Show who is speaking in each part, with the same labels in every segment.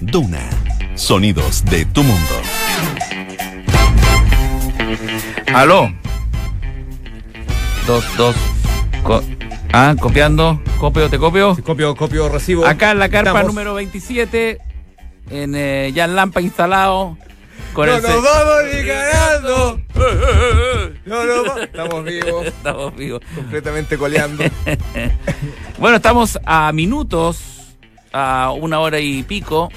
Speaker 1: Duna. Sonidos de tu mundo.
Speaker 2: Aló. Dos, dos. co- ah, copiando. Copio, te copio.
Speaker 3: Copio, copio, recibo.
Speaker 2: Acá en la carpa
Speaker 3: Estamos-
Speaker 2: número 27. En, eh, ya en Lampa instalado. Con
Speaker 3: No
Speaker 2: el
Speaker 3: nos
Speaker 2: se- Eh,
Speaker 3: vamos ni cagando. No, no, va- estamos vivos,
Speaker 2: Estamos vivos.
Speaker 3: completamente coleando.
Speaker 2: Bueno, estamos a minutos, a una hora y pico,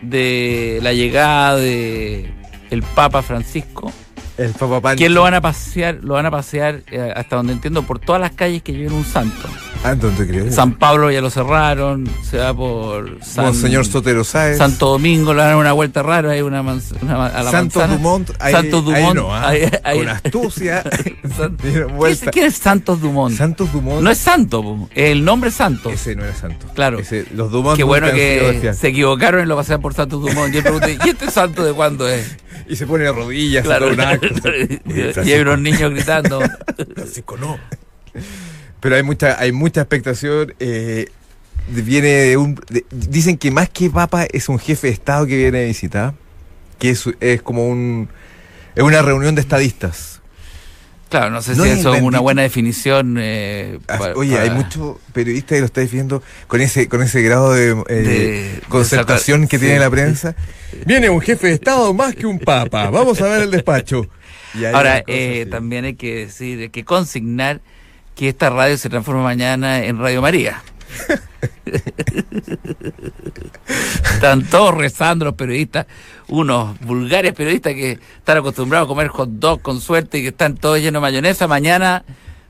Speaker 2: de la llegada de el Papa Francisco.
Speaker 3: El Papa Pancho.
Speaker 2: ¿Quién lo van a pasear? Lo van a pasear, eh, hasta donde entiendo, por todas las calles que lleven un santo.
Speaker 3: Ah, ¿dónde crees?
Speaker 2: San Pablo ya lo cerraron, se va por San,
Speaker 3: Monseñor Sotero Sáez.
Speaker 2: Santo Domingo, le dan una vuelta rara, hay una, manz- una- a la
Speaker 3: Santos
Speaker 2: manzana.
Speaker 3: Dumont. Ahí,
Speaker 2: Santos Dumont.
Speaker 3: Ahí no, ah,
Speaker 2: ahí- ahí-
Speaker 3: Con astucia.
Speaker 2: San-
Speaker 3: dieron
Speaker 2: ¿Quién es,
Speaker 3: vuelta.
Speaker 2: quién es Santos Dumont?
Speaker 3: Santos Dumont.
Speaker 2: No es santo, po, el nombre es santo.
Speaker 3: Ese no era santo.
Speaker 2: Claro.
Speaker 3: Ese- los Dumont.
Speaker 2: Qué bueno
Speaker 3: nunca han sido
Speaker 2: que
Speaker 3: bestias.
Speaker 2: se equivocaron y lo pasaron por Santos Dumont. Yo pregunté, ¿y este santo de cuándo es?
Speaker 3: Y se pone a rodillas.
Speaker 2: Claro.
Speaker 3: a todo un acto.
Speaker 2: y hay unos niños gritando.
Speaker 3: Francisco no. Pero hay mucha, hay mucha expectación. eh, de- viene de un. de- dicen que más que papa es un jefe de Estado que viene a visitar. Que es, es como un. Es una reunión de estadistas.
Speaker 2: Claro, no sé
Speaker 3: No
Speaker 2: si
Speaker 3: es
Speaker 2: eso es una
Speaker 3: bendito.
Speaker 2: buena definición. eh,
Speaker 3: Ah,
Speaker 2: pa-
Speaker 3: Oye,
Speaker 2: para-
Speaker 3: hay muchos periodistas que lo estáis viendo con ese, con ese grado de, eh,
Speaker 2: de-
Speaker 3: concertación
Speaker 2: de
Speaker 3: que
Speaker 2: sacar-
Speaker 3: tiene
Speaker 2: sí.
Speaker 3: la prensa. Viene un jefe de Estado más que un papa. Vamos a ver el despacho. Y hay
Speaker 2: Ahora,
Speaker 3: unas cosas
Speaker 2: eh,
Speaker 3: así.
Speaker 2: también hay que decir, hay que consignar que esta radio se transforma mañana en Radio María. están todos rezando los periodistas, unos vulgares periodistas que están acostumbrados a comer hot dog con suerte y que están todos llenos de mayonesa. Mañana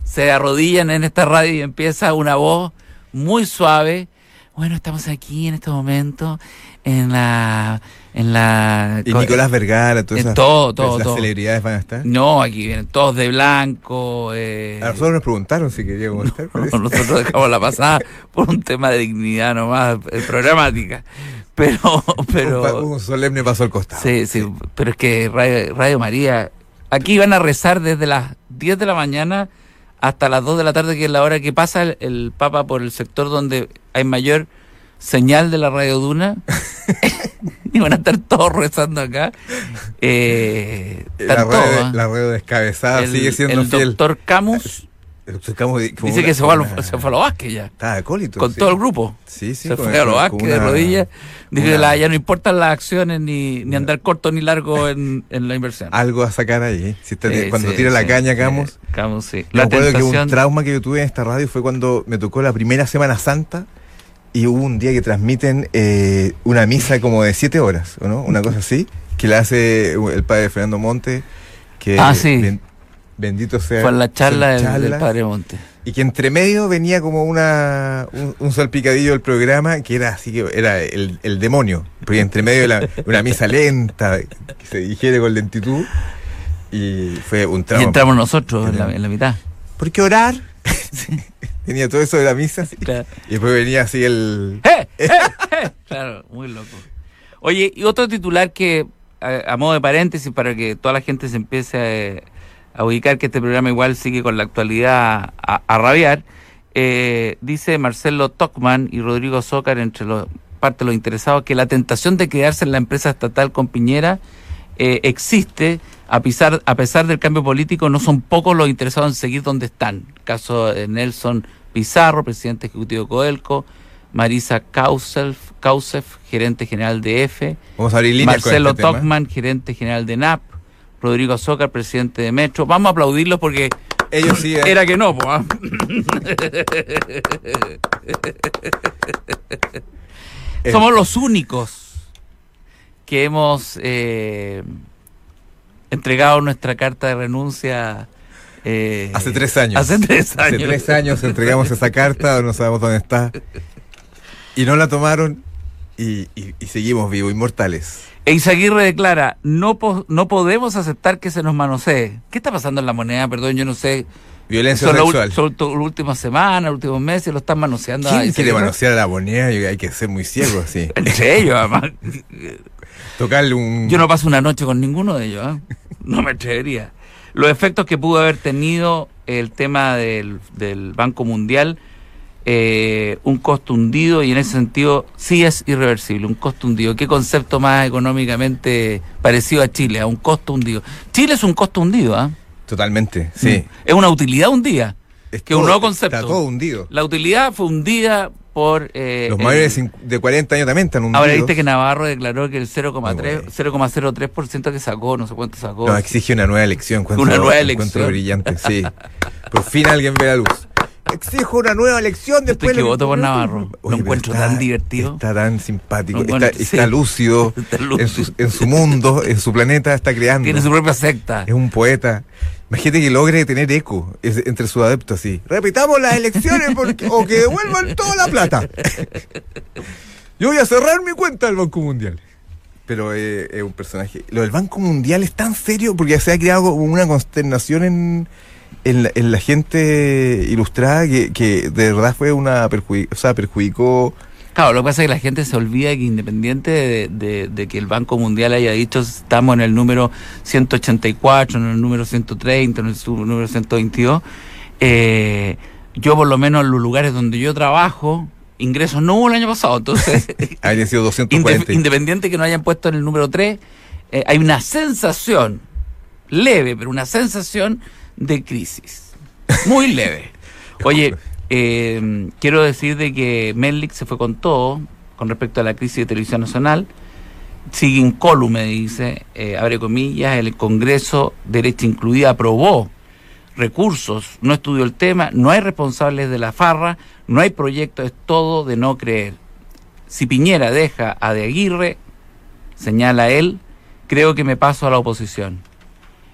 Speaker 2: se arrodillan en esta radio y empieza una voz muy suave. Bueno, estamos aquí en este momento en la... En la
Speaker 3: Y Nicolás Vergara, todas
Speaker 2: en
Speaker 3: esas,
Speaker 2: eh, todo, todo,
Speaker 3: las
Speaker 2: todo.
Speaker 3: celebridades van a estar.
Speaker 2: no, aquí vienen todos de blanco. eh,
Speaker 3: A nosotros nos preguntaron si queríamos estar. parece.
Speaker 2: nosotros dejamos la pasada por un tema de dignidad nomás, eh, programática. Pero,
Speaker 3: Un pa-
Speaker 2: pero,
Speaker 3: un solemne paso al costado.
Speaker 2: sí, sí, pero es que Radio, Radio María, aquí van a rezar desde las 10 de la mañana hasta las 2 de la tarde, que es la hora que pasa el, el Papa por el sector donde hay mayor señal de la Radio Duna. y van a estar todos rezando acá. Eh,
Speaker 3: La
Speaker 2: están todos, ¿ah?
Speaker 3: red, la red descabezada Ah, sigue siendo
Speaker 2: el
Speaker 3: fiel.
Speaker 2: doctor Camus
Speaker 3: El doctor Camus di- como
Speaker 2: dice
Speaker 3: una-
Speaker 2: que se fue, a lo-
Speaker 3: una-
Speaker 2: se fue a los Vázquez ya,
Speaker 3: Está acólito.
Speaker 2: con
Speaker 3: sí.
Speaker 2: todo el grupo.
Speaker 3: Sí, sí.
Speaker 2: se
Speaker 3: con-
Speaker 2: fue a los
Speaker 3: con
Speaker 2: Vázquez de
Speaker 3: una-
Speaker 2: rodillas. Dijo que
Speaker 3: una-
Speaker 2: la- ya no importan las acciones ni, ni andar corto ni largo en, en la inversión.
Speaker 3: Algo a sacar ahí. ¿eh? Si está-
Speaker 2: Sí,
Speaker 3: Ah, cuando
Speaker 2: sí,
Speaker 3: tira la
Speaker 2: sí,
Speaker 3: caña,
Speaker 2: sí.
Speaker 3: Camus.
Speaker 2: Camus, sí.
Speaker 3: Me
Speaker 2: La
Speaker 3: acuerdo que un
Speaker 2: tentación.
Speaker 3: trauma que yo tuve en esta radio fue cuando me tocó la primera Semana Santa y hubo un día que transmiten eh, una misa como de siete horas, ¿o no? Una cosa así, que la hace uh, el padre Fernando Monte. Que
Speaker 2: Ah, sí.
Speaker 3: bendito sea.
Speaker 2: Fue en la charla del,
Speaker 3: son
Speaker 2: del
Speaker 3: charlas,
Speaker 2: Padre Monte.
Speaker 3: Y que entre medio venía como una un, un salpicadillo del programa que era así que era el, el demonio. Porque entre medio de la- una misa lenta que se digiere con lentitud. Y fue un
Speaker 2: Y
Speaker 3: trauma.
Speaker 2: entramos nosotros en la,
Speaker 3: Tenemos-
Speaker 2: en la mitad.
Speaker 3: ¿Por qué orar? Tenía todo eso de la misa. así.
Speaker 2: Claro.
Speaker 3: Y después venía así el.
Speaker 2: ¡Eh! ¡Eh! ¡Eh! Claro, muy loco. Oye, y otro titular que, a, a modo de paréntesis, para que toda la gente se empiece a, eh, a ubicar que este programa igual sigue con la actualidad a, a rabiar, eh, dice Marcelo Tocman y Rodrigo Zócar, entre los, parte de los interesados, que la tentación de quedarse en la empresa estatal con Piñera eh, existe, a pesar, a pesar del cambio político, no son pocos los interesados en seguir donde están. Caso de Nelson Pizarro, presidente ejecutivo de Codelco, Marisa Kausef, Kausef, gerente general de EFE,
Speaker 3: Vamos a abrir líneas con
Speaker 2: Marcelo
Speaker 3: este tema.
Speaker 2: Tocman, gerente general de NAP, Rodrigo Azócar, presidente de Metro. Vamos a aplaudirlos porque
Speaker 3: Ellos sí. eh,
Speaker 2: era que no, po, ¿ah?
Speaker 3: eh,
Speaker 2: Somos los únicos que hemos eh, entregado nuestra carta de renuncia. eh,
Speaker 3: Hace tres años.
Speaker 2: Hace tres
Speaker 3: Hace
Speaker 2: años.
Speaker 3: tres años entregamos esa carta, no sabemos dónde está. Y no la tomaron y, y- y seguimos vivos, inmortales.
Speaker 2: E Izaguirre declara, no, po- no podemos aceptar que se nos manosee. ¿Qué está pasando en la moneda? Perdón, yo no sé.
Speaker 3: Violencia
Speaker 2: Son las ul-
Speaker 3: sexual.
Speaker 2: son tu- las últimas semanas, los últimos meses, lo están manoseando. a
Speaker 3: ¿Quién quiere
Speaker 2: Izaguirre.
Speaker 3: manosear a la moneda? Yo- Hay que ser muy ciego así.
Speaker 2: Entre ellos, además.
Speaker 3: Tocarle un.
Speaker 2: Yo no paso una noche con ninguno de ellos, ¿eh? no me atrevería. Los efectos que pudo haber tenido el tema del, del Banco Mundial eh, un costo hundido y en ese sentido sí es irreversible, un costo hundido. ¿Qué concepto más económicamente parecido a Chile? A un costo hundido. Chile es un costo hundido, ¿ah?
Speaker 3: Totalmente, sí.
Speaker 2: Es una utilidad hundida.
Speaker 3: Es
Speaker 2: que un
Speaker 3: todo-
Speaker 2: nuevo concepto.
Speaker 3: Está todo hundido.
Speaker 2: La utilidad fue hundida por... eh,
Speaker 3: Los
Speaker 2: eh,
Speaker 3: mayores de cincu- de 40 años también están hundidos.
Speaker 2: Ahora viste que Navarro declaró que el 0,3
Speaker 3: Muy Ah, bueno.
Speaker 2: 0,03% que sacó, no sé cuánto sacó.
Speaker 3: Nos exige una nueva elección. encuentro-
Speaker 2: Una nueva elección.
Speaker 3: encuentro brillante, sí. Por fin alguien ve la luz. Exijo una nueva elección
Speaker 2: Yo
Speaker 3: después...
Speaker 2: estoy que
Speaker 3: le-
Speaker 2: voto por Navarro.
Speaker 3: Oye,
Speaker 2: Lo
Speaker 3: pero
Speaker 2: encuentro
Speaker 3: está-
Speaker 2: tan divertido.
Speaker 3: Está tan simpático,
Speaker 2: Lo
Speaker 3: está,
Speaker 2: encuentro- sí.
Speaker 3: está lúcido,
Speaker 2: Está
Speaker 3: En,
Speaker 2: lúcido.
Speaker 3: su, en su mundo, en su planeta, está creando.
Speaker 2: Tiene su propia secta.
Speaker 3: Es un poeta. Imagínate que logre tener eco es- entre sus adeptos así. Repitamos las elecciones porque- o que devuelvan toda la plata. Yo voy a cerrar mi cuenta del Banco Mundial. Pero eh, es un personaje. Lo del Banco Mundial es tan serio porque se ha creado como una consternación en, en, la, en la gente ilustrada que, que de verdad fue una perjudi- o sea, perjudicó.
Speaker 2: Claro, lo que pasa es que la gente se olvida que independiente de, de- de que el Banco Mundial haya dicho estamos en el número 184, en el número 130, en el su- número 122, eh, yo por lo menos en los lugares donde yo trabajo, ingresos no hubo el año pasado, entonces
Speaker 3: Habría sido
Speaker 2: Indef-
Speaker 3: 240.
Speaker 2: Independiente que no hayan puesto en el número 3, hay una sensación, leve, pero una sensación de crisis. Muy leve. Oye, eh, quiero decir de que Mellick se fue con todo con respecto a la crisis de televisión nacional. Sigue incólume, dice, eh, abre comillas, el Congreso, derecha incluida, aprobó recursos, no estudió el tema, no hay responsables de la farra, no hay proyecto, es todo de no creer. Si Piñera deja a De Aguirre, señala él, creo que me paso a la oposición.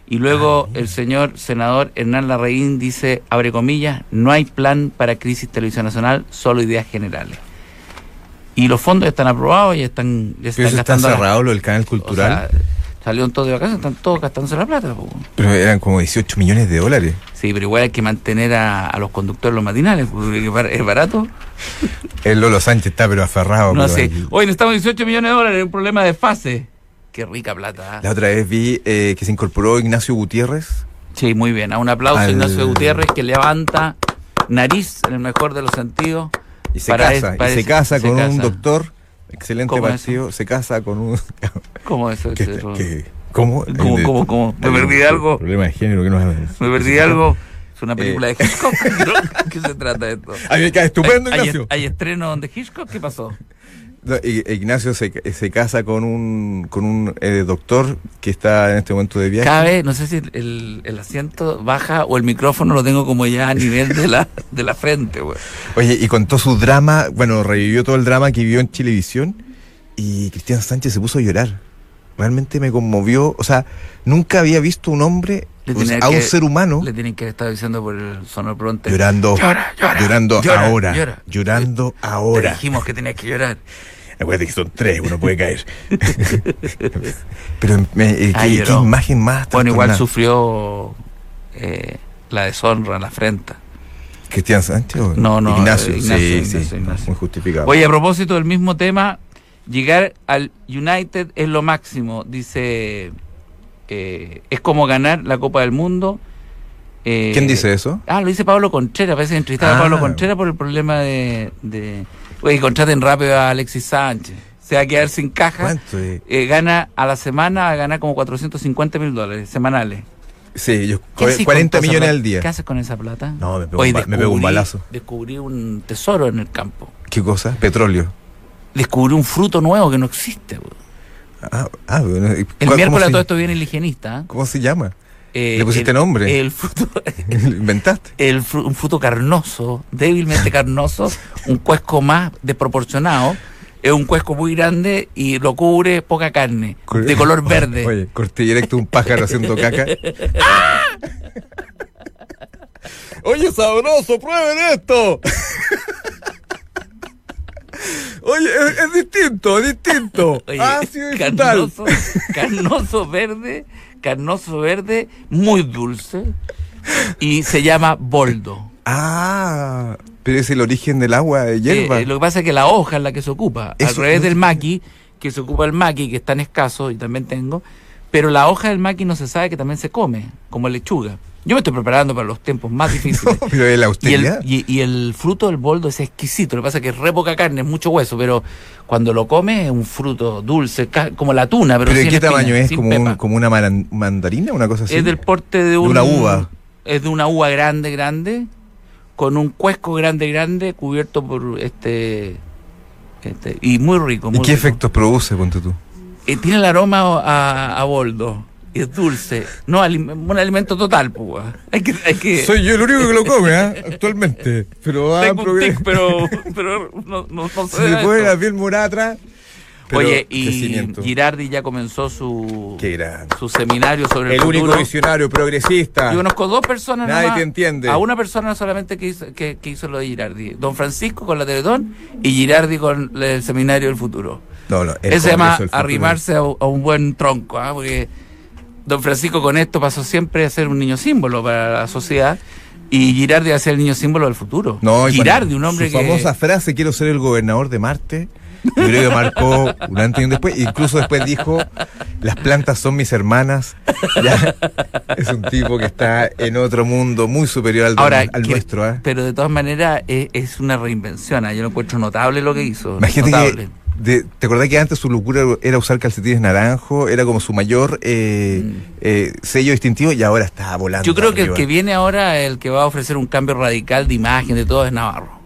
Speaker 2: Y
Speaker 3: Ah,
Speaker 2: luego el señor senador Hernán Larraín dice, abre comillas, no hay plan para crisis televisión nacional, solo ideas generales. Y los fondos están aprobados y están... Ya se
Speaker 3: Pero eso está
Speaker 2: gastando la-
Speaker 3: cerrado lo del canal cultural.
Speaker 2: o sea, salieron todos de vacaciones, están todos gastándose la plata. po.
Speaker 3: pero eran como 18 millones de dólares.
Speaker 2: Sí, pero igual hay que mantener a, a los conductores los matinales, porque es bar- es barato.
Speaker 3: El Lolo Sánchez está pero aferrado.
Speaker 2: No
Speaker 3: pero
Speaker 2: sé.
Speaker 3: ahí.
Speaker 2: Hoy necesitamos 18 millones de dólares, un problema de fase. Qué rica plata. ¿ah?
Speaker 3: La otra vez vi eh, que se incorporó Ignacio Gutiérrez.
Speaker 2: Sí, muy bien. A un aplauso a
Speaker 3: Al-
Speaker 2: Ignacio Gutiérrez que levanta nariz en el mejor de los sentidos.
Speaker 3: Y se
Speaker 2: Para-
Speaker 3: casa,
Speaker 2: para-
Speaker 3: y se casa
Speaker 2: se
Speaker 3: con un
Speaker 2: casa.
Speaker 3: doctor, excelente
Speaker 2: ¿Cómo
Speaker 3: partido, se casa con un...
Speaker 2: ¿Cómo eso?
Speaker 3: que-
Speaker 2: eso?
Speaker 3: que-
Speaker 2: ¿Cómo,
Speaker 3: ¿Cómo? El de-
Speaker 2: cómo, cómo? Me
Speaker 3: el de-
Speaker 2: perdí de algo.
Speaker 3: Problema de género que nos...
Speaker 2: Me perdí algo. Es
Speaker 3: Eh.
Speaker 2: una película de Hitchcock. ¿no? ¿Qué se trata de esto?
Speaker 3: Ahí me cae estupendo,
Speaker 2: ¿Hay,
Speaker 3: Ignacio.
Speaker 2: hay estreno de Hitchcock? ¿Qué pasó?
Speaker 3: No, I- Ignacio se, se casa con un, con un eh, doctor que está en este momento de viaje.
Speaker 2: Cada vez, no sé si el, el asiento baja o el micrófono lo tengo como ya a nivel de la, de la frente, güey.
Speaker 3: Oye, y contó su drama, bueno, revivió todo el drama que vivió en Televisión y Cristian Sánchez se puso a llorar. Realmente me conmovió, o sea, nunca había visto un hombre,
Speaker 2: Le
Speaker 3: o sea,
Speaker 2: tenía
Speaker 3: a un
Speaker 2: que-
Speaker 3: ser humano,
Speaker 2: Le tienen que haber estado diciendo por el sonor pronto.
Speaker 3: llorando,
Speaker 2: Llora, llora,
Speaker 3: llorando
Speaker 2: llora,
Speaker 3: ahora,
Speaker 2: llora.
Speaker 3: llorando
Speaker 2: Te
Speaker 3: ahora.
Speaker 2: dijimos que tenías que llorar.
Speaker 3: Acuérdate que son tres, uno puede caer. Pero me- eh,
Speaker 2: Ah,
Speaker 3: ¿qué,
Speaker 2: lloró.
Speaker 3: qué imagen más
Speaker 2: Bueno, igual
Speaker 3: trastornada?
Speaker 2: sufrió eh, la deshonra, la afrenta.
Speaker 3: Cristian Sánchez o
Speaker 2: No, no,
Speaker 3: Ignacio,
Speaker 2: eh, Ignacio,
Speaker 3: sí,
Speaker 2: Ignacio,
Speaker 3: sí,
Speaker 2: Ignacio.
Speaker 3: muy justificado.
Speaker 2: Oye, a propósito del mismo tema, llegar al United es lo máximo, dice. eh, es como ganar la Copa del Mundo. eh,
Speaker 3: ¿Quién dice eso?
Speaker 2: Ah, lo dice Pablo Contreras, parece que entrevistaba
Speaker 3: Ah.
Speaker 2: a Pablo Contreras por el problema de... de... Oye, contraten rápido a Alexis Sánchez. Se va a quedar sin caja.
Speaker 3: ¿Cuánto? eh?
Speaker 2: Eh, gana a la semana, gana como 450 mil dólares semanales.
Speaker 3: Sí, yo-
Speaker 2: ¿Qué haces con toda
Speaker 3: 40
Speaker 2: esa
Speaker 3: millones
Speaker 2: plata?
Speaker 3: al día.
Speaker 2: ¿Qué haces con esa plata?
Speaker 3: No, me pego un ba- me pego un balazo.
Speaker 2: Descubrí un tesoro en el campo.
Speaker 3: ¿Qué cosa? Petróleo.
Speaker 2: Descubrí un fruto nuevo que no existe. weón.
Speaker 3: Ah, ah, bueno, ¿y cuál-
Speaker 2: El
Speaker 3: cómo
Speaker 2: miércoles
Speaker 3: se-
Speaker 2: a todo esto viene el higienista. ¿eh?
Speaker 3: ¿Cómo se llama?
Speaker 2: Eh,
Speaker 3: ¿Le pusiste
Speaker 2: el-
Speaker 3: nombre?
Speaker 2: El fruto,
Speaker 3: ¿Lo inventaste?
Speaker 2: el fru- un fruto carnoso, débilmente carnoso, un cuesco más desproporcionado, es un cuesco muy grande y lo cubre poca carne, de color verde.
Speaker 3: Oye, corté directo un pájaro haciendo caca. Oye, sabroso, prueben esto. Oye, es, es distinto, es distinto. Ah,
Speaker 2: Oye,
Speaker 3: Ácido y frutal.
Speaker 2: carnoso, carnoso verde, carnoso verde, muy dulce y se llama boldo.
Speaker 3: Ah, pero es el origen del agua de hierba.
Speaker 2: Eh, eh, lo que pasa es que la hoja es la que se ocupa, al
Speaker 3: Eso-
Speaker 2: revés del maqui, que se ocupa el maqui, que es tan escaso y también tengo, pero la hoja del maqui no se sabe que también se come, como lechuga. Yo me estoy preparando para los tiempos más difíciles.
Speaker 3: No, pero es
Speaker 2: Y
Speaker 3: la
Speaker 2: el,
Speaker 3: austeridad.
Speaker 2: y- y el fruto del boldo es exquisito. Lo que pasa es que es re poca carne, es mucho hueso, pero cuando lo comes es un fruto dulce, ca- como la tuna. Pero,
Speaker 3: ¿Pero de
Speaker 2: sin
Speaker 3: qué
Speaker 2: espinas,
Speaker 3: tamaño es?
Speaker 2: sin
Speaker 3: ¿Como, un-
Speaker 2: pepa.
Speaker 3: como una maran- mandarina? ¿Una cosa así?
Speaker 2: Es del porte de, un-
Speaker 3: una uva.
Speaker 2: Es de una uva grande, grande, con un cuesco grande, grande, cubierto por este. este y muy rico.
Speaker 3: ¿Y
Speaker 2: Muy
Speaker 3: qué
Speaker 2: rico.
Speaker 3: efectos produce, ponte tú?
Speaker 2: Eh, tiene el aroma a, a boldo. Y es dulce. No, alim- un alimento total, pues. weón. Hay que, hay que,
Speaker 3: yo el único que lo come, ¿eh? Actualmente. Pero va
Speaker 2: tengo un tic, pero, pero no, no, no
Speaker 3: Se
Speaker 2: sé
Speaker 3: le
Speaker 2: de
Speaker 3: pone
Speaker 2: esto.
Speaker 3: la piel morada atrás. Pero
Speaker 2: Oye, y
Speaker 3: crecimiento.
Speaker 2: Girardi ya comenzó su,
Speaker 3: Qué grande.
Speaker 2: su seminario sobre el,
Speaker 3: El único
Speaker 2: futuro.
Speaker 3: visionario progresista.
Speaker 2: Yo conozco dos personas
Speaker 3: Ah. Nadie
Speaker 2: nomás,
Speaker 3: te entiende.
Speaker 2: A una persona solamente que hizo, que, que hizo lo de Girardi. Don Francisco con la Teletón y Girardi con la- el Seminario del Futuro.
Speaker 3: No, no, el
Speaker 2: Ese se llama
Speaker 3: Congreso del futuro.
Speaker 2: arrimarse a, a un buen tronco, ¿ah? porque Don Francisco con esto pasó siempre a ser un niño símbolo para la sociedad y Girardi va a ser el niño símbolo del futuro.
Speaker 3: No, y
Speaker 2: Girardi,
Speaker 3: cuando
Speaker 2: un hombre
Speaker 3: su
Speaker 2: que...
Speaker 3: famosa frase, quiero ser el gobernador de Marte, yo creo que marcó un antes y un después. Incluso después dijo, las plantas son mis hermanas. Ya, es un tipo que está en otro mundo muy superior al, de-
Speaker 2: Ahora,
Speaker 3: al
Speaker 2: que-
Speaker 3: nuestro. ¿eh?
Speaker 2: pero de todas maneras es, es una reinvención. ah, Yo lo encuentro notable lo que hizo.
Speaker 3: Imagínate
Speaker 2: Pues, notable.
Speaker 3: que, de- ¿te acordás que antes su locura era usar calcetines naranjos? Era como su mayor eh, eh, sello distintivo y ahora está volando.
Speaker 2: Mm. Yo creo que el
Speaker 3: arriba.
Speaker 2: que viene ahora, el que va a ofrecer un cambio radical de imagen de todo es Navarro.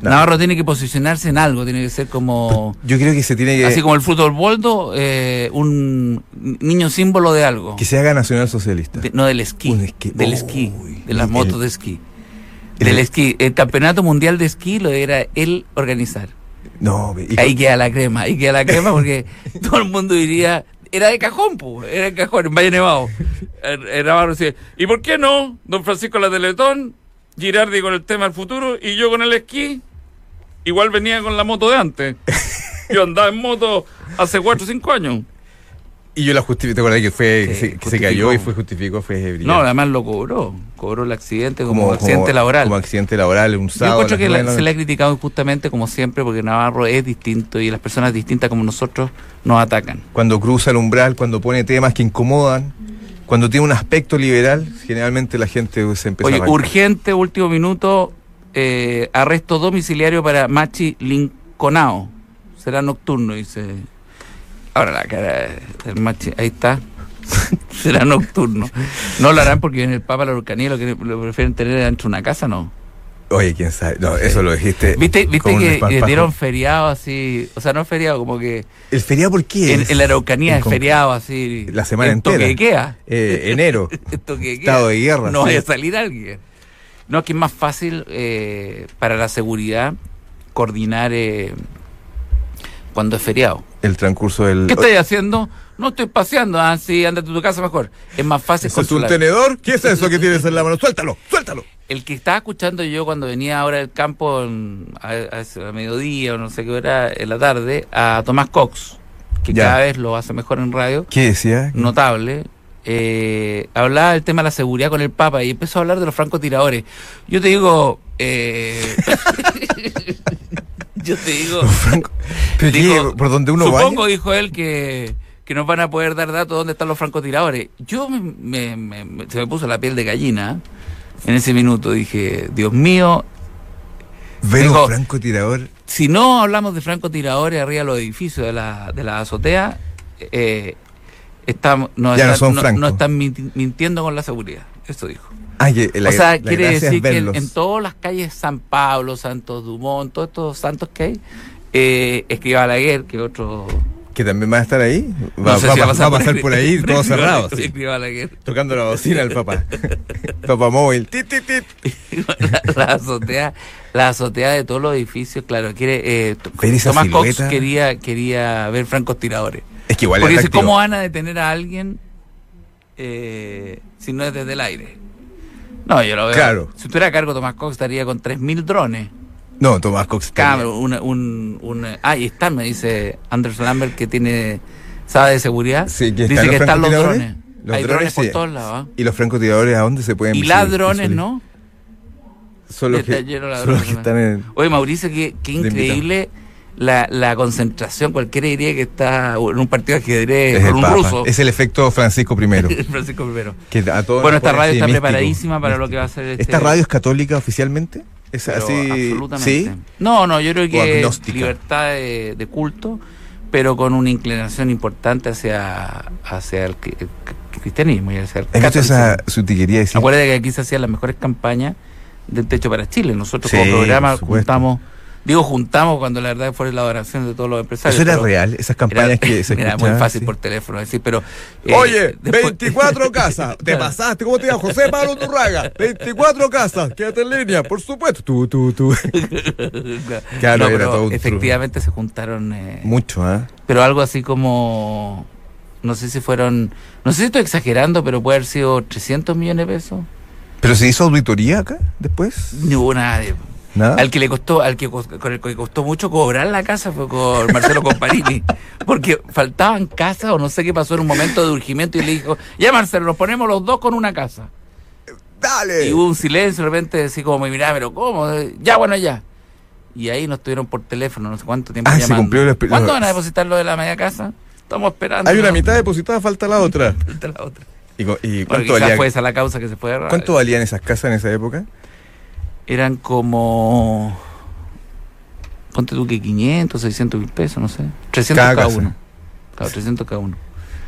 Speaker 3: No.
Speaker 2: Navarro tiene que posicionarse en algo, tiene que ser como...
Speaker 3: Yo creo que se tiene que...
Speaker 2: Así como el fruto del boldo, eh, un niño símbolo de algo.
Speaker 3: Que se haga nacional socialista.
Speaker 2: De- no, del esquí.
Speaker 3: Un esquí.
Speaker 2: Del
Speaker 3: Uy,
Speaker 2: esquí. De las
Speaker 3: el-
Speaker 2: motos de esquí.
Speaker 3: el-
Speaker 2: del esquí. El campeonato mundial de esquí lo era él organizar.
Speaker 3: No, y-
Speaker 2: ahí queda la crema, ahí queda la crema porque todo el mundo diría, era de cajón, po, era de cajón, en Valle Nevado. Er- er- Navarro decía, ¿y por qué no? Don Francisco la Teletón, Girardi con el tema del futuro y yo con el esquí, igual venía con la moto de antes. Yo andaba en moto hace 4 o 5 años.
Speaker 3: Y yo la justifico, ¿te acordás que fue que
Speaker 2: Sí,
Speaker 3: se, que se
Speaker 2: justificó.
Speaker 3: cayó y fue justificó? Fue brillante.
Speaker 2: No, además lo cobró, cobró el accidente como, accidente laboral.
Speaker 3: Como accidente laboral, un
Speaker 2: Yo
Speaker 3: sábado.
Speaker 2: encuentro
Speaker 3: a las
Speaker 2: que la-
Speaker 3: nueve de la
Speaker 2: se le ha
Speaker 3: noche.
Speaker 2: criticado injustamente, como siempre, porque Navarro es distinto y las personas distintas como nosotros nos atacan.
Speaker 3: Cuando cruza el umbral, cuando pone temas que incomodan, cuando tiene un aspecto liberal, generalmente la gente se empieza
Speaker 2: Oye,
Speaker 3: a arrancar.
Speaker 2: urgente, último minuto, eh, arresto domiciliario para Machi Linconao. Será nocturno, dice. Ahora la cara del Machi, ahí está. Será nocturno. No lo harán porque viene el Papa, la Urcanía, lo, que- lo prefieren tener dentro de una casa, ¿no?
Speaker 3: Oye, quién sabe. No, eso lo dijiste.
Speaker 2: ¿Viste, viste
Speaker 3: con un
Speaker 2: que le
Speaker 3: desparpajo.
Speaker 2: dieron feriado así? O sea, no feriado, como que
Speaker 3: ¿El feriado por qué?
Speaker 2: en,
Speaker 3: es?
Speaker 2: en la Araucanía
Speaker 3: En
Speaker 2: es
Speaker 3: con-
Speaker 2: feriado así.
Speaker 3: La semana
Speaker 2: en toque
Speaker 3: entera.
Speaker 2: de queda.
Speaker 3: Eh, enero.
Speaker 2: Esto que queda.
Speaker 3: Estado de guerra,
Speaker 2: No
Speaker 3: sí.
Speaker 2: vaya a salir alguien. No, es que es más fácil eh, para la seguridad coordinar eh, cuando es feriado.
Speaker 3: El transcurso del.
Speaker 2: ¿Qué estás haciendo? No estoy paseando. Ah, sí, ándate a tu casa mejor. Es más fácil
Speaker 3: ¿Eso es un
Speaker 2: controlar.
Speaker 3: tenedor? ¿Qué es eso que tienes en la mano? Suéltalo, suéltalo.
Speaker 2: El que estaba escuchando yo cuando venía ahora del campo en- a, a- a mediodía o no sé qué hora, en la tarde, a Tomás Cox, que
Speaker 3: Ya.
Speaker 2: cada vez lo hace mejor en radio.
Speaker 3: ¿Qué decía?
Speaker 2: notable, eh, hablaba del tema de la seguridad con el Papa y empezó a hablar de los francotiradores. Yo te digo, eh, yo te digo,
Speaker 3: Franco. ¿Pero qué?
Speaker 2: digo,
Speaker 3: ¿Por donde uno va?
Speaker 2: supongo, dijo él, que, que nos van a poder dar datos de dónde están los francotiradores. Yo me, me- me- me- se me puso la piel de gallina en ese minuto. Dije, Dios mío,
Speaker 3: Ver
Speaker 2: Digo-
Speaker 3: un francotirador.
Speaker 2: si no hablamos de francotiradores arriba de los edificios de la, de la azotea, eh, estamos, no,
Speaker 3: Ya no
Speaker 2: están-
Speaker 3: son
Speaker 2: no-
Speaker 3: francos.
Speaker 2: no están minti- mintiendo con la seguridad. Eso dijo.
Speaker 3: Ah, que la-
Speaker 2: o sea,
Speaker 3: la
Speaker 2: quiere
Speaker 3: gracia es
Speaker 2: decir que en,
Speaker 3: verlos.
Speaker 2: en todas las calles San Pablo, Santos Dumont, todos estos santos que hay, eh, escriba Balaguer, que otro.
Speaker 3: Que también va a estar ahí.
Speaker 2: no
Speaker 3: Va,
Speaker 2: sé
Speaker 3: va-
Speaker 2: si
Speaker 3: va- va a pasar por ahí, todo
Speaker 2: Escriba-
Speaker 3: cerrado. así,
Speaker 2: Escriba Balaguer.
Speaker 3: Tocando la bocina el papá. papá móvil. Tit, tit, tit.
Speaker 2: la, la azotea, la azotea de todos los edificios, claro. Quiere, eh,
Speaker 3: Ver esa
Speaker 2: Tomás Cox
Speaker 3: silueta.
Speaker 2: quería, quería ver francos tiradores.
Speaker 3: Es que igual
Speaker 2: Porque
Speaker 3: es
Speaker 2: dice,
Speaker 3: atractivo.
Speaker 2: ¿cómo van a detener a alguien eh, si no es desde el aire? No, yo lo veo.
Speaker 3: Claro.
Speaker 2: Si estuviera a cargo Tomás Cox estaría con 3.000 drones.
Speaker 3: No, Tomás Cox.
Speaker 2: Cabro, un, un, un- ah, y está, me dice Anders Lambert, que tiene, sabe de seguridad.
Speaker 3: Sí, que
Speaker 2: dice
Speaker 3: están
Speaker 2: que
Speaker 3: los
Speaker 2: están los
Speaker 3: francotiradores.
Speaker 2: drones.
Speaker 3: Los
Speaker 2: Hay drones
Speaker 3: drones,
Speaker 2: por
Speaker 3: sí. Em,
Speaker 2: todos lados. ¿ah?
Speaker 3: ¿Y los francotiradores a dónde se pueden
Speaker 2: Y
Speaker 3: visual-
Speaker 2: ladrones,
Speaker 3: visualizar?
Speaker 2: ¿no?
Speaker 3: Son los
Speaker 2: Está
Speaker 3: que,
Speaker 2: lleno de
Speaker 3: son los
Speaker 2: ladrones,
Speaker 3: que
Speaker 2: ¿no?
Speaker 3: están en.
Speaker 2: Oye, Mauricio, qué, qué
Speaker 3: De invitado.
Speaker 2: increíble la, la concentración, cualquiera diría que está en un partido de ajedrez
Speaker 3: Es el
Speaker 2: con un
Speaker 3: Papa.
Speaker 2: ruso.
Speaker 3: Es el efecto Francisco I.
Speaker 2: Francisco I.
Speaker 3: que a todos
Speaker 2: Bueno,
Speaker 3: nos
Speaker 2: esta radio
Speaker 3: pone así
Speaker 2: está
Speaker 3: pues, místico.
Speaker 2: preparadísima para lo que va a ser este
Speaker 3: ¿Esta radio es católica oficialmente? Es
Speaker 2: pero
Speaker 3: así.
Speaker 2: absolutamente.
Speaker 3: Sí.
Speaker 2: No, no, yo creo que es
Speaker 3: agnóstica.
Speaker 2: libertad de, de culto, pero con una inclinación importante hacia, hacia el, cri- el cristianismo y hacia el
Speaker 3: ¿Has visto esa
Speaker 2: catolicismo.
Speaker 3: sutillería de decir?
Speaker 2: Acuérdate que aquí se hacían las mejores campañas del Techo para Chile. Nosotros
Speaker 3: Sí,
Speaker 2: como programa
Speaker 3: por supuesto.
Speaker 2: juntamos, digo juntamos cuando la verdad fue la adoración de todos los empresarios.
Speaker 3: Eso era
Speaker 2: pero
Speaker 3: real, esas campañas
Speaker 2: Era,
Speaker 3: que se
Speaker 2: era muy
Speaker 3: escuchaban,
Speaker 2: fácil
Speaker 3: sí.
Speaker 2: por teléfono decir, pero... eh,
Speaker 3: Oye,
Speaker 2: después-
Speaker 3: 24 casas. Te
Speaker 2: Claro.
Speaker 3: pasaste, ¿cómo te llamas? José Pablo Turraga. 24 casas. Quédate en línea, por supuesto. Tú, tú, tú. Claro,
Speaker 2: No,
Speaker 3: era
Speaker 2: pero
Speaker 3: todo un truco.
Speaker 2: efectivamente se juntaron... eh,
Speaker 3: Mucho, ¿ah?
Speaker 2: pero algo así como no sé si fueron no sé si estoy exagerando pero puede haber sido 300 millones de pesos
Speaker 3: ¿Pero se hizo auditoría acá después?
Speaker 2: ni hubo nadie
Speaker 3: Nada.
Speaker 2: al que le costó al que cos- con el que costó mucho cobrar la casa fue con Marcelo Comparini porque faltaban casas o no sé qué pasó en un momento de urgimiento y le dijo ya Marcelo nos ponemos los dos con una casa
Speaker 3: ¡Dale!
Speaker 2: y hubo un silencio de repente así como mirá pero cómo Eh, ya bueno ya y ahí nos tuvieron por teléfono no sé cuánto tiempo
Speaker 3: Ah, se
Speaker 2: llamando
Speaker 3: cumplió el espe-
Speaker 2: ¿cuándo van a depositar lo de la media casa? estamos esperando
Speaker 3: Hay una mitad depositada, falta la otra.
Speaker 2: Falta la otra
Speaker 3: ¿Y, co- y
Speaker 2: Bueno,
Speaker 3: cuánto,
Speaker 2: quizás
Speaker 3: valía-
Speaker 2: fue esa la causa que se fue a
Speaker 3: cuánto valían esas casas en esa época?
Speaker 2: Eran como. Ponte tú que 500, 600 mil pesos, no sé. 300
Speaker 3: Cada
Speaker 2: cada,
Speaker 3: casa.
Speaker 2: uno. Claro, 300 cada uno.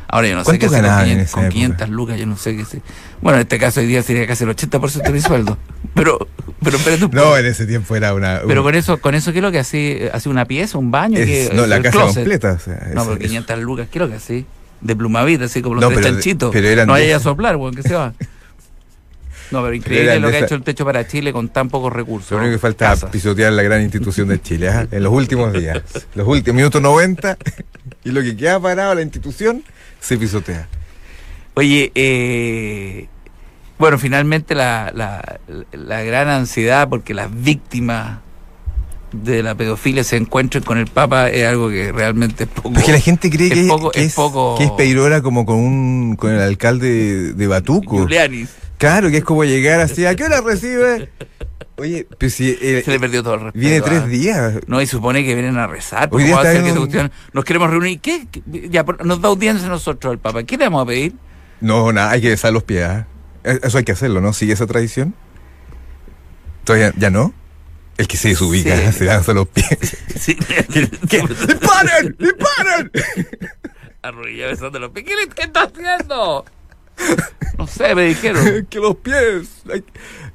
Speaker 2: Ahora yo no sé
Speaker 3: ¿Cuánto
Speaker 2: qué hacer con,
Speaker 3: ganaban en
Speaker 2: 500,
Speaker 3: esa
Speaker 2: con
Speaker 3: época?
Speaker 2: 500 lucas, yo no sé qué sé. Bueno, en este caso hoy día sería casi el 80% de mi sueldo. Pero, pero, espérate un poco.
Speaker 3: No, en ese tiempo era una.
Speaker 2: pero
Speaker 3: un-
Speaker 2: con eso, con eso, ¿qué es lo que así? ¿Hace una pieza, un baño?
Speaker 3: es-
Speaker 2: ¿Qué-
Speaker 3: no, la
Speaker 2: el
Speaker 3: casa
Speaker 2: closet?
Speaker 3: completa. o sea,
Speaker 2: No,
Speaker 3: es-
Speaker 2: pero
Speaker 3: es-
Speaker 2: 500 lucas, ¿qué es lo que así? De plumavita, así como los
Speaker 3: No,
Speaker 2: tres
Speaker 3: pero de-
Speaker 2: chanchitos.
Speaker 3: pero eran
Speaker 2: no
Speaker 3: de
Speaker 2: vaya a
Speaker 3: esas.
Speaker 2: soplar, weón, que se va. No, pero increíble
Speaker 3: eran
Speaker 2: lo
Speaker 3: de
Speaker 2: que ha
Speaker 3: esas.
Speaker 2: hecho el techo para Chile con tan pocos recursos.
Speaker 3: Lo único que falta es
Speaker 2: Casas.
Speaker 3: pisotear la gran institución de Chile, ¿ah? en los últimos días. Los últimos minutos 90 y lo que queda parado la institución se pisotea.
Speaker 2: Oye, eh, bueno, finalmente la, la, la gran ansiedad porque las víctimas de la pedofilia se encuentren con el Papa es algo que realmente es poco.
Speaker 3: Porque la gente cree
Speaker 2: Es
Speaker 3: que,
Speaker 2: poco-
Speaker 3: que
Speaker 2: es
Speaker 3: es,
Speaker 2: poco-
Speaker 3: que es Peirora como con un con el alcalde de, de Batuco.
Speaker 2: Giuliani,
Speaker 3: Claro, que es como llegar así, ¿a qué hora recibe? Oye, pero si eh,
Speaker 2: se le perdió todo el respeto.
Speaker 3: viene tres
Speaker 2: ¿ah?
Speaker 3: días.
Speaker 2: No, y supone que vienen a rezar.
Speaker 3: Hoy
Speaker 2: porque
Speaker 3: día
Speaker 2: va a
Speaker 3: está
Speaker 2: ser que
Speaker 3: en
Speaker 2: esta
Speaker 3: un-
Speaker 2: cuestión? Nos queremos reunir. ¿Qué? ¿Qué? Ya, pero nos da audiencia a nosotros el Papa. ¿Qué le vamos a pedir?
Speaker 3: No, nada, hay que besar los pies. ¿ah? Eso hay que hacerlo, ¿no? ¿Sigue esa tradición? Todavía, ¿ya no? El que se desubica,
Speaker 2: Sí.
Speaker 3: se lanza los pies.
Speaker 2: Sí.
Speaker 3: ¿Qué? ¡Disparen! ¡Disparen!
Speaker 2: Arrodillado besando los pies. ¿Qué, le- qué está haciendo? No sé, me dijeron.
Speaker 3: que los pies. Ay.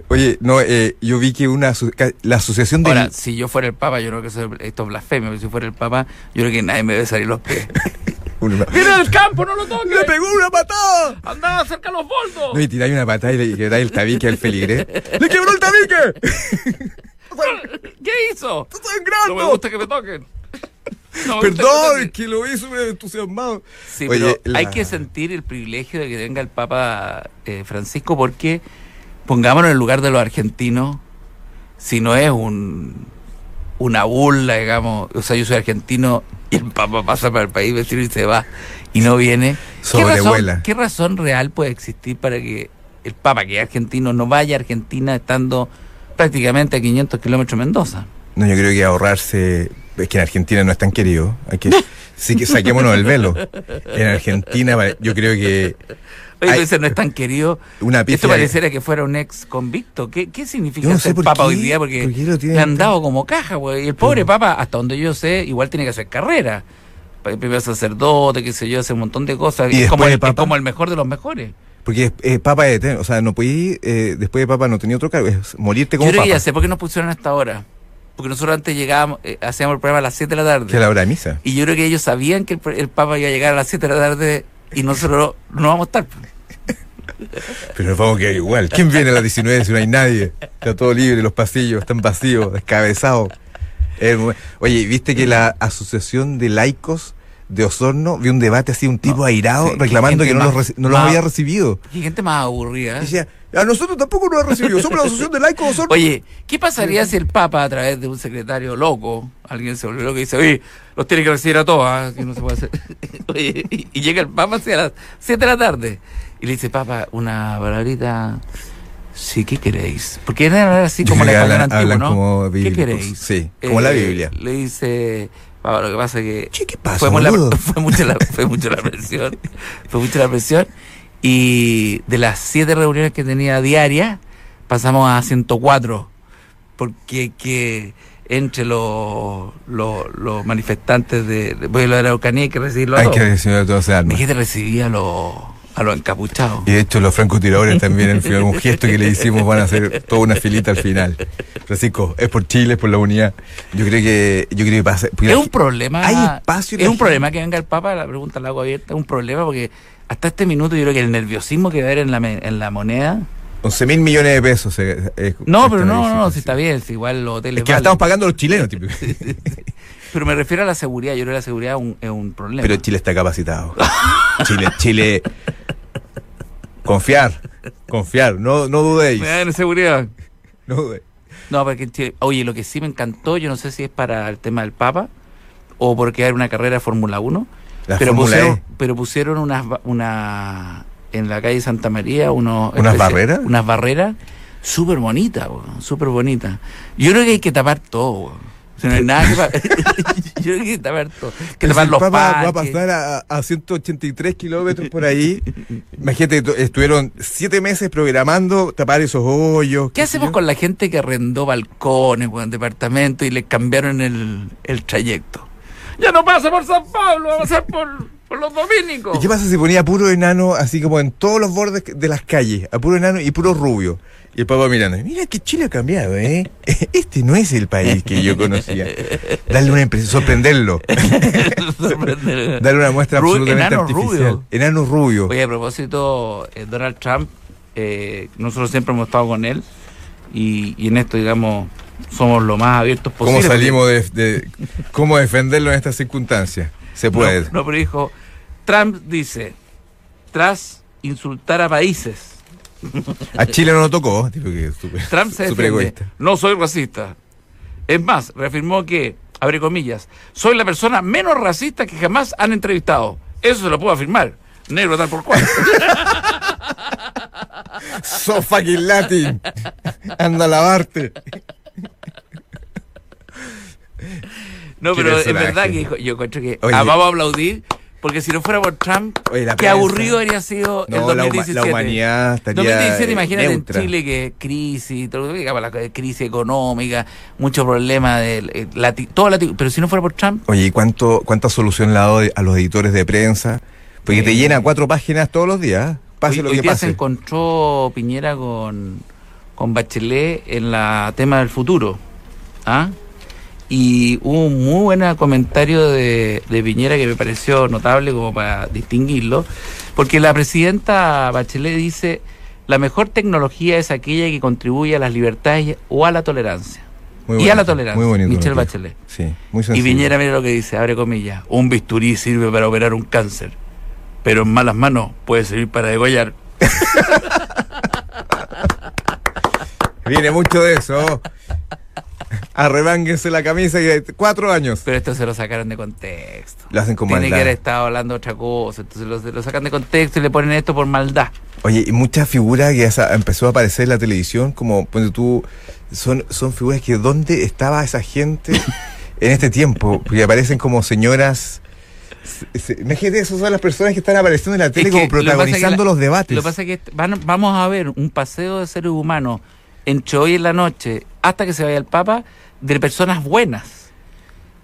Speaker 3: Oye, no, eh, yo vi que una aso- ca- la asociación de
Speaker 2: Ahora, si yo fuera el Papa, yo creo que eso- esto es blasfemia. Pero si fuera el Papa, yo creo que nadie me debe salir los pies.
Speaker 3: una-
Speaker 2: ¡Viene del campo! ¡No lo
Speaker 3: le
Speaker 2: toques!
Speaker 3: pegó una patada.
Speaker 2: ¡Andá cerca a los boldos!
Speaker 3: No, y tiráis una patada y le quebráis el tabique al feligrés. ¡Le quebró el tabique!
Speaker 2: ¿Qué hizo?
Speaker 3: ¡Está
Speaker 2: No me
Speaker 3: sangrando!
Speaker 2: gusta que me toquen. No me gusta que me
Speaker 3: Perdón,
Speaker 2: toquen.
Speaker 3: es que lo hizo súper entusiasmado.
Speaker 2: Sí,
Speaker 3: Oye,
Speaker 2: pero hay
Speaker 3: la-
Speaker 2: que sentir el privilegio de que venga el Papa eh, Francisco porque pongámonos en el lugar de los argentinos, si no es un una burla, digamos, o sea, yo soy argentino y el Papa pasa para el país vecino y se va y no viene. ¿Qué razón,
Speaker 3: Sobrevuela.
Speaker 2: ¿Qué razón real puede existir para que el Papa, que es argentino, no vaya a Argentina estando prácticamente a 500 kilómetros de Mendoza?
Speaker 3: No, yo creo que ahorrarse. Es que en Argentina no es tan querido. Hay que, sí que saquémonos del velo. En Argentina, vale, yo creo que
Speaker 2: Oye,
Speaker 3: Ay.
Speaker 2: entonces no es tan querido.
Speaker 3: una pifia.
Speaker 2: Esto pareciera que fuera un ex convicto. ¿Qué, qué significa
Speaker 3: Yo no
Speaker 2: ser
Speaker 3: sé por
Speaker 2: papa
Speaker 3: qué-
Speaker 2: hoy día? Porque
Speaker 3: por qué lo tienen
Speaker 2: le han
Speaker 3: tan-
Speaker 2: dado como caja, güey. Y el
Speaker 3: Mm.
Speaker 2: pobre papa, hasta donde yo sé, igual tiene que hacer carrera. Pa- Primero sacerdote, qué sé yo, hace un montón de cosas.
Speaker 3: Y
Speaker 2: es,
Speaker 3: después
Speaker 2: como el,
Speaker 3: de
Speaker 2: es
Speaker 3: papa.
Speaker 2: como el mejor de los mejores.
Speaker 3: Porque es, es papa eterno, o sea, no podí, eh, después de papa no tenía otro cargo, es morirte
Speaker 2: Yo
Speaker 3: como
Speaker 2: creo que
Speaker 3: papa.
Speaker 2: ya sé por qué nos pusieron hasta ahora. Porque nosotros antes llegábamos, eh, hacíamos el programa a las 7 de la tarde.
Speaker 3: Que a la hora de misa.
Speaker 2: Y yo creo que ellos sabían que el, pr- el papa iba a llegar a las 7 de la tarde y nosotros no vamos a estar.
Speaker 3: Pero nos vamos a quedar igual. ¿Quién viene a las 19 si no hay nadie? Está todo libre, los pasillos están vacíos, descabezados. Es el momen- Oye, ¿viste que la Asociación de Laicos de Osorno vio un debate así, un tipo
Speaker 2: No,
Speaker 3: airado
Speaker 2: sí,
Speaker 3: reclamando
Speaker 2: gente
Speaker 3: que no los,
Speaker 2: más-
Speaker 3: reci- no los
Speaker 2: más-
Speaker 3: había recibido?
Speaker 2: Qué gente más aburrida.
Speaker 3: Y
Speaker 2: ¿eh?
Speaker 3: decía, a nosotros tampoco nos ha recibido, somos la Asociación de Laicos de Osorno.
Speaker 2: Oye, ¿qué pasaría si el Papa, a través de un secretario loco, alguien se volvió loco y dice, oye, los tiene que recibir a todos, ah, que no se puede hacer? Oye, y, y llega el Papa hacia las 7 de la tarde y le dice, Papa, una palabrita, sí, ¿qué queréis? Porque era así
Speaker 3: Yo
Speaker 2: como la
Speaker 3: creo que
Speaker 2: española
Speaker 3: hablan-
Speaker 2: antigua,
Speaker 3: hablan
Speaker 2: ¿no?
Speaker 3: como
Speaker 2: ¿Qué
Speaker 3: bíblicos,
Speaker 2: queréis?
Speaker 3: sí, como la Biblia.
Speaker 2: Eh, Le dice, Pablo, lo que pasa es que
Speaker 3: Che, ¿qué pasa,
Speaker 2: fue, mu- la-
Speaker 3: boludo?
Speaker 2: fue mucha la, fue mucho la presión. Fue mucha la presión. Y de las siete reuniones que tenía diarias, pasamos a 104. Porque que entre los, los, los manifestantes de, de pueblo de la Araucanía hay que recibirlo a
Speaker 3: Hay
Speaker 2: todos.
Speaker 3: que decirlo todo se
Speaker 2: Mi
Speaker 3: arma.
Speaker 2: gente recibía a los, a los encapuchados.
Speaker 3: Y de hecho los francotiradores también, en fin, algún gesto que le hicimos van a hacer toda una filita al final. Francisco, es por Chile, es por la unidad. Yo creo que, yo creo que pasa. porque la
Speaker 2: Es un
Speaker 3: gen-
Speaker 2: problema.
Speaker 3: hay espacio y
Speaker 2: Es
Speaker 3: la
Speaker 2: un
Speaker 3: gente-
Speaker 2: problema que venga el Papa, la pregunta la hago abierta. Es un problema porque hasta este minuto yo creo que el nerviosismo que va a haber en la, me- en la moneda.
Speaker 3: 11 mil millones de pesos. eh, eh,
Speaker 2: No, pero
Speaker 3: cuesta
Speaker 2: no,
Speaker 3: la
Speaker 2: no, no,
Speaker 3: visita,
Speaker 2: si
Speaker 3: sí.
Speaker 2: está bien, si igual los hoteles.
Speaker 3: Es que la
Speaker 2: valen.
Speaker 3: estamos pagando los chilenos, tipo.
Speaker 2: Pero me refiero a la seguridad. Yo creo que la seguridad es un, es un problema.
Speaker 3: Pero Chile está capacitado. Chile, Chile. Confiar, confiar, no, no dudéis.
Speaker 2: me dan seguridad.
Speaker 3: No dudéis.
Speaker 2: No, porque en Chile- oye, lo que sí me encantó, yo no sé si es para el tema del Papa o porque hay una carrera de Fórmula 1,
Speaker 3: La
Speaker 2: pero
Speaker 3: Fórmula
Speaker 2: pusieron,
Speaker 3: E.
Speaker 2: pero pusieron unas ba- una en la calle Santa María unos
Speaker 3: ¿Unas barreras?
Speaker 2: unas barreras súper bonitas, weón, súper bonitas. Yo creo que hay que tapar todo. weón. O sea, no hay nada que pa- Yo creo que hay que tapar todo. Hay Que
Speaker 3: Pero
Speaker 2: tapar
Speaker 3: si el
Speaker 2: los
Speaker 3: Papa va a
Speaker 2: parques.
Speaker 3: pasar a, a 183 kilómetros por ahí. Imagínate, tu- estuvieron siete meses programando tapar esos hoyos.
Speaker 2: ¿Qué hacemos con la gente que arrendó balcones, weón, departamentos y les cambiaron el, el trayecto? Ya no pasa por San Pablo, va a pasar por, por los dominicos.
Speaker 3: ¿Y qué pasa si ponía puro enano, así como en todos los bordes de las calles, a puro enano y puro rubio? Y el papá mirando, mira qué Chile ha cambiado, ¿eh? Este no es el país que yo conocía. Darle una impresión, sorprenderlo,
Speaker 2: Sorprender.
Speaker 3: darle una muestra
Speaker 2: Rubio-
Speaker 3: absolutamente
Speaker 2: enano
Speaker 3: artificial.
Speaker 2: rubio.
Speaker 3: Enano rubio.
Speaker 2: Oye, a propósito, eh, Donald Trump, eh, nosotros siempre hemos estado con él y, y en esto, digamos, somos lo más abiertos
Speaker 3: ¿Cómo
Speaker 2: posible.
Speaker 3: salimos de, de- cómo defenderlo en estas circunstancias? Se puede.
Speaker 2: No, no, pero dijo, Trump dice, tras insultar a países,
Speaker 3: A Chile no lo tocó, tipo que es súper-
Speaker 2: Trump se defiende.
Speaker 3: súper egoísta.
Speaker 2: No soy racista. Es más, reafirmó que, abre comillas, soy la persona menos racista que jamás han entrevistado. Eso se lo puedo afirmar. Negro tal por cual.
Speaker 3: So fucking Latin. Anda a lavarte.
Speaker 2: No,
Speaker 3: Qué
Speaker 2: pero es
Speaker 3: personaje.
Speaker 2: verdad que dijo- yo encuentro que
Speaker 3: Oye.
Speaker 2: ah, vamos a aplaudir, porque si no fuera por Trump,
Speaker 3: Oye, la
Speaker 2: qué
Speaker 3: prensa.
Speaker 2: aburrido habría sido el
Speaker 3: No, la huma- la
Speaker 2: 2017.
Speaker 3: humanidad estaría,
Speaker 2: 2017,
Speaker 3: eh,
Speaker 2: imagínate
Speaker 3: neutra.
Speaker 2: en Chile que crisis, todo, digamos, la crisis económica, mucho problema de eh, lati- todo lati- pero si no fuera por Trump,
Speaker 3: Oye, ¿y cuánto, cuánta solución le ha dado a los editores de prensa? Porque te
Speaker 2: Eh.
Speaker 3: llena cuatro páginas todos los días. ¿eh? Pase
Speaker 2: hoy,
Speaker 3: lo
Speaker 2: hoy
Speaker 3: que
Speaker 2: día se
Speaker 3: pase.
Speaker 2: encontró Piñera con, con Bachelet en la tema del futuro. ¿ah? Y hubo un muy buen comentario de, de Piñera que me pareció notable como para distinguirlo, porque la presidenta Bachelet dice, la mejor tecnología es aquella que contribuye a las libertades o a la tolerancia. y
Speaker 3: Muy
Speaker 2: a la
Speaker 3: bonito,
Speaker 2: tolerancia,
Speaker 3: Muy bonito.
Speaker 2: Michelle
Speaker 3: lo que dijo.
Speaker 2: Bachelet.
Speaker 3: Sí, muy
Speaker 2: Y
Speaker 3: sencillo.
Speaker 2: Piñera, mira lo que dice, abre comillas, un bisturí sirve para operar un cáncer, pero en malas manos puede servir para degollar.
Speaker 3: Viene mucho de eso. Arrebánguense la camisa y de cuatro años.
Speaker 2: Pero esto se lo sacaron de contexto.
Speaker 3: Lo hacen con
Speaker 2: Tiene
Speaker 3: maldad.
Speaker 2: que haber estado hablando otra cosa. Entonces lo, lo sacan de contexto y le ponen esto por maldad.
Speaker 3: Oye, y muchas figuras que esa- empezó a aparecer en la televisión, como ponte tú, son, son figuras que ¿dónde estaba esa gente en este tiempo? Porque aparecen como señoras. se- se- Imagínate, esas son las personas que están apareciendo en la tele
Speaker 2: Es
Speaker 3: como
Speaker 2: que lo que pasa es que
Speaker 3: protagonizando
Speaker 2: la-
Speaker 3: los debates.
Speaker 2: Lo que pasa es que est- van- vamos a ver un paseo de seres humanos entre hoy en la noche hasta que se vaya el Papa de personas buenas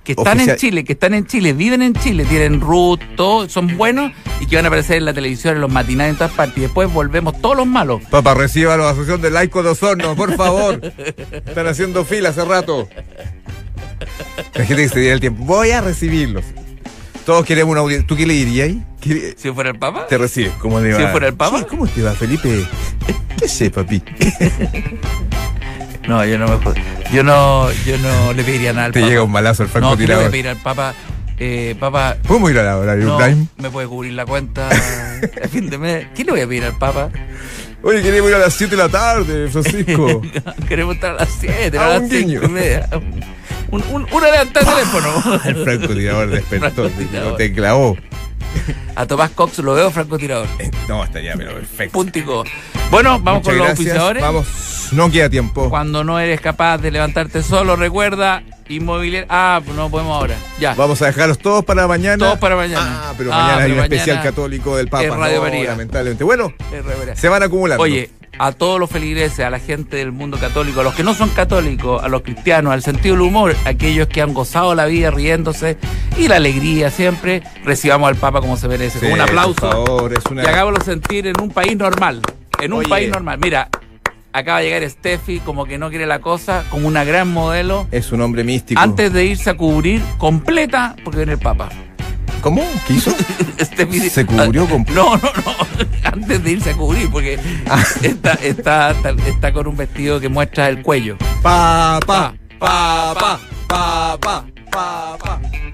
Speaker 2: que están
Speaker 3: Oficial-
Speaker 2: en Chile, que están en Chile, viven en Chile, tienen root, todo, son buenos y que van a aparecer en la televisión, en los matinales, en todas partes. Y después volvemos todos los malos.
Speaker 3: Papá, reciba la asociación de laicos de Osorno, por favor. Están haciendo fila hace rato. La gente que se diera el tiempo. Voy a recibirlos. Todos queremos una audiencia. ¿Tú qué le dirías ahí? ¿Qué-
Speaker 2: Si fuera el Papa,
Speaker 3: Te recibes, ¿cómo le
Speaker 2: Si
Speaker 3: va?
Speaker 2: yo fuera el Papa.
Speaker 3: Che, ¿Cómo te va, Felipe? ¿Qué sé, papi?
Speaker 2: no, yo no me jod- Yo no, yo no le pediría nada al
Speaker 3: Te
Speaker 2: Papa.
Speaker 3: llega un balazo al
Speaker 2: No, yo le voy a
Speaker 3: francotirador.
Speaker 2: pedir al Papa, eh, Papa,
Speaker 3: ¿Podemos ir a la hora de
Speaker 2: no,
Speaker 3: Prime?
Speaker 2: me puede cubrir la cuenta a fin de mes. ¿Qué le voy a pedir al Papa?
Speaker 3: Oye, queremos ir a las 7 de la tarde, Francisco.
Speaker 2: Queremos estar a las 7,
Speaker 3: Ah,
Speaker 2: a
Speaker 3: un
Speaker 2: las 5 y
Speaker 3: guiño.
Speaker 2: media. Un, un, una adelantada de teléfono.
Speaker 3: el francotirador despertó,
Speaker 2: Francotirador.
Speaker 3: te clavó. Eh,
Speaker 2: a Tomás Cox lo veo francotirador.
Speaker 3: No, estaría, pero perfecto.
Speaker 2: Puntico. Bueno, vamos
Speaker 3: Muchas
Speaker 2: con los
Speaker 3: gracias.
Speaker 2: auspiciadores.
Speaker 3: Vamos, no queda tiempo.
Speaker 2: Cuando no eres capaz de levantarte solo, recuerda, inmobiliaria. Ah, pues no podemos ahora. Ya.
Speaker 3: Vamos a dejarlos todos para mañana.
Speaker 2: Todos para mañana.
Speaker 3: Ah, pero
Speaker 2: Ah,
Speaker 3: mañana hay
Speaker 2: pero
Speaker 3: un especial
Speaker 2: mañana
Speaker 3: católico del Papa.
Speaker 2: es Radio
Speaker 3: No,
Speaker 2: María.
Speaker 3: Lamentablemente. Bueno,
Speaker 2: es reverencia.
Speaker 3: se van acumulando.
Speaker 2: Oye, a todos los feligreses, a la gente del mundo católico, a los que no son católicos, a los cristianos, al sentido del humor, aquellos que han gozado la vida riéndose y la alegría siempre, recibamos al Papa como se merece.
Speaker 3: Sí,
Speaker 2: con un
Speaker 3: Por
Speaker 2: aplauso
Speaker 3: favor, es una.
Speaker 2: y hagámoslo sentir en un país normal. En un
Speaker 3: Oye.
Speaker 2: país normal. Mira, acaba de llegar Steffi, como que no quiere la cosa, como una gran modelo.
Speaker 3: Es un hombre místico.
Speaker 2: Antes de irse a cubrir completa, porque viene el Papa.
Speaker 3: ¿Cómo? ¿Qué hizo?
Speaker 2: Steffi-
Speaker 3: Se cubrió con.
Speaker 2: este Ah, No, no, no. Antes de irse a cubrir, porque
Speaker 3: Ah.
Speaker 2: está, está, está, está con un vestido que muestra el cuello.
Speaker 3: Pa, pa, pa, pa, pa, pa, pa, pa.